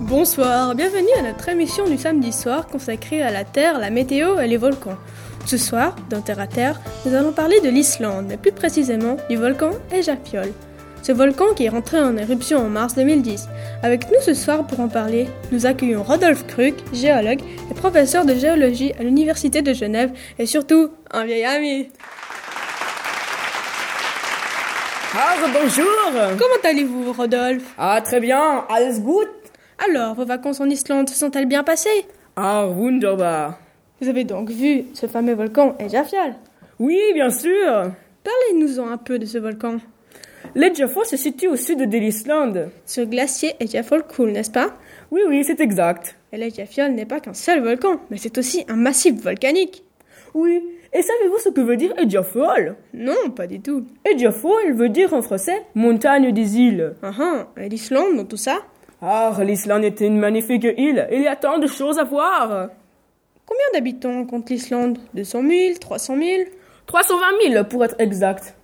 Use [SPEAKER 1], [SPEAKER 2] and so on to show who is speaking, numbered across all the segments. [SPEAKER 1] Bonsoir, bienvenue à notre émission du samedi soir consacrée à la Terre, la météo et les volcans. Ce soir, dans Terre à Terre, nous allons parler de l'Islande, et plus précisément du volcan Eyjafjöll. Ce volcan qui est rentré en éruption en mars 2010. Avec nous ce soir pour en parler, nous accueillons Rodolphe Kruk, géologue et professeur de géologie à l'Université de Genève et surtout un vieil ami.
[SPEAKER 2] Ah, bonjour
[SPEAKER 1] Comment allez-vous, Rodolphe
[SPEAKER 2] Ah, très bien, alles gut
[SPEAKER 1] Alors, vos vacances en Islande se sont-elles bien passées
[SPEAKER 2] Ah, wunderbar
[SPEAKER 1] Vous avez donc vu ce fameux volcan Eyjafjöll.
[SPEAKER 2] Oui, bien sûr
[SPEAKER 1] Parlez-nous-en un peu de ce volcan.
[SPEAKER 2] L'Edjafo se situe au sud de l'Islande.
[SPEAKER 1] Ce glacier Eyjafjöll coule, n'est-ce pas
[SPEAKER 2] Oui, oui, c'est exact.
[SPEAKER 1] Et l'Eyjafjöll n'est pas qu'un seul volcan, mais c'est aussi un massif volcanique.
[SPEAKER 2] Oui, et savez-vous ce que veut dire Edjafol
[SPEAKER 1] Non, pas du tout.
[SPEAKER 2] Edjafol veut dire en français montagne des îles.
[SPEAKER 1] Ah ah, et l'Islande dans tout ça
[SPEAKER 2] Ah, l'Islande est une magnifique île, il y a tant de choses à voir
[SPEAKER 1] Combien d'habitants compte l'Islande 200 000 300 000
[SPEAKER 2] 320 000 pour être exact.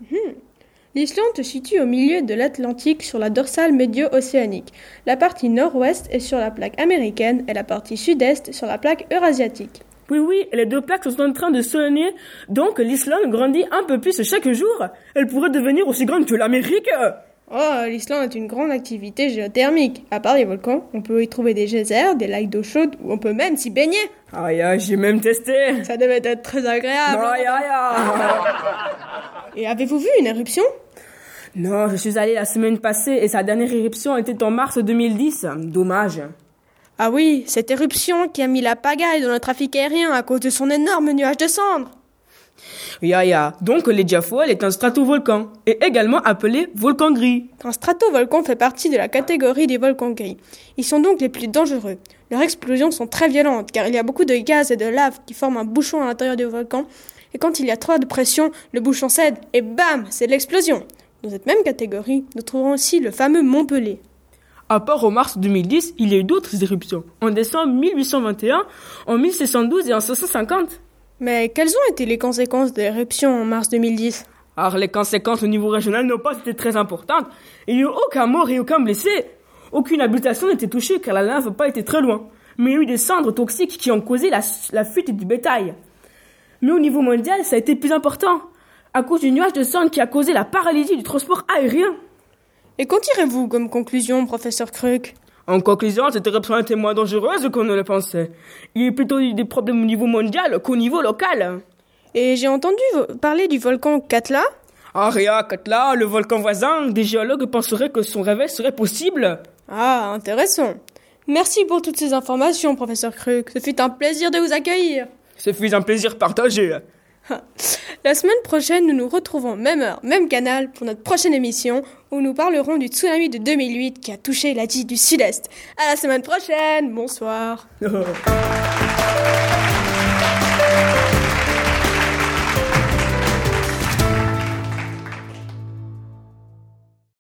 [SPEAKER 1] L'Islande se situe au milieu de l'Atlantique sur la dorsale médio-océanique. La partie nord-ouest est sur la plaque américaine et la partie sud-est sur la plaque eurasiatique.
[SPEAKER 2] Oui, oui, les deux plaques sont en train de sonner, donc l'Islande grandit un peu plus chaque jour. Elle pourrait devenir aussi grande que l'Amérique
[SPEAKER 1] Oh, l'Islande est une grande activité géothermique. À part les volcans, on peut y trouver des geysers, des lacs d'eau chaude où on peut même s'y baigner.
[SPEAKER 2] Aïe, aïe, j'ai même testé
[SPEAKER 1] Ça devait être très agréable.
[SPEAKER 2] Aïe, aïe, aïe
[SPEAKER 1] Et avez-vous vu une éruption
[SPEAKER 2] Non, je suis allée la semaine passée et sa dernière éruption était en mars 2010. Dommage.
[SPEAKER 1] Ah oui, cette éruption qui a mis la pagaille dans le trafic aérien à cause de son énorme nuage de cendres.
[SPEAKER 2] Ya ya. Donc le Jaffol est un stratovolcan et également appelé volcan gris.
[SPEAKER 1] Un stratovolcan fait partie de la catégorie des volcans gris. Ils sont donc les plus dangereux. Leurs explosions sont très violentes car il y a beaucoup de gaz et de lave qui forment un bouchon à l'intérieur du volcan. Et quand il y a trop de pression, le bouchon cède et bam, c'est l'explosion. Dans cette même catégorie, nous trouvons aussi le fameux Mont Pelé.
[SPEAKER 2] À part en mars 2010, il y a eu d'autres éruptions. En décembre 1821, en 1612 et en 1650.
[SPEAKER 1] Mais quelles ont été les conséquences de l'éruption en mars 2010
[SPEAKER 2] Alors les conséquences au niveau régional n'ont pas été très importantes. Il n'y a eu aucun mort et aucun blessé. Aucune habitation n'était touchée car la lave n'a pas été très loin. Mais il y a eu des cendres toxiques qui ont causé la, la fuite du bétail. Mais au niveau mondial, ça a été plus important. À cause du nuage de cendres qui a causé la paralysie du transport aérien.
[SPEAKER 1] Et qu'en tirez-vous comme conclusion, professeur Kruk
[SPEAKER 2] En conclusion, cette éruption était moins dangereuse qu'on ne le pensait. Il y a plutôt eu des problèmes au niveau mondial qu'au niveau local.
[SPEAKER 1] Et j'ai entendu vo- parler du volcan Katla
[SPEAKER 2] Aria Katla, le volcan voisin, des géologues penseraient que son réveil serait possible.
[SPEAKER 1] Ah, intéressant. Merci pour toutes ces informations, professeur Kruk. Ce fut un plaisir de vous accueillir.
[SPEAKER 2] Ce fut un plaisir partagé.
[SPEAKER 1] La semaine prochaine, nous nous retrouvons même heure, même canal pour notre prochaine émission où nous parlerons du tsunami de
[SPEAKER 2] hein.
[SPEAKER 1] 2008 qui a touché l'Asie du Sud-Est. À la semaine prochaine. Bonsoir.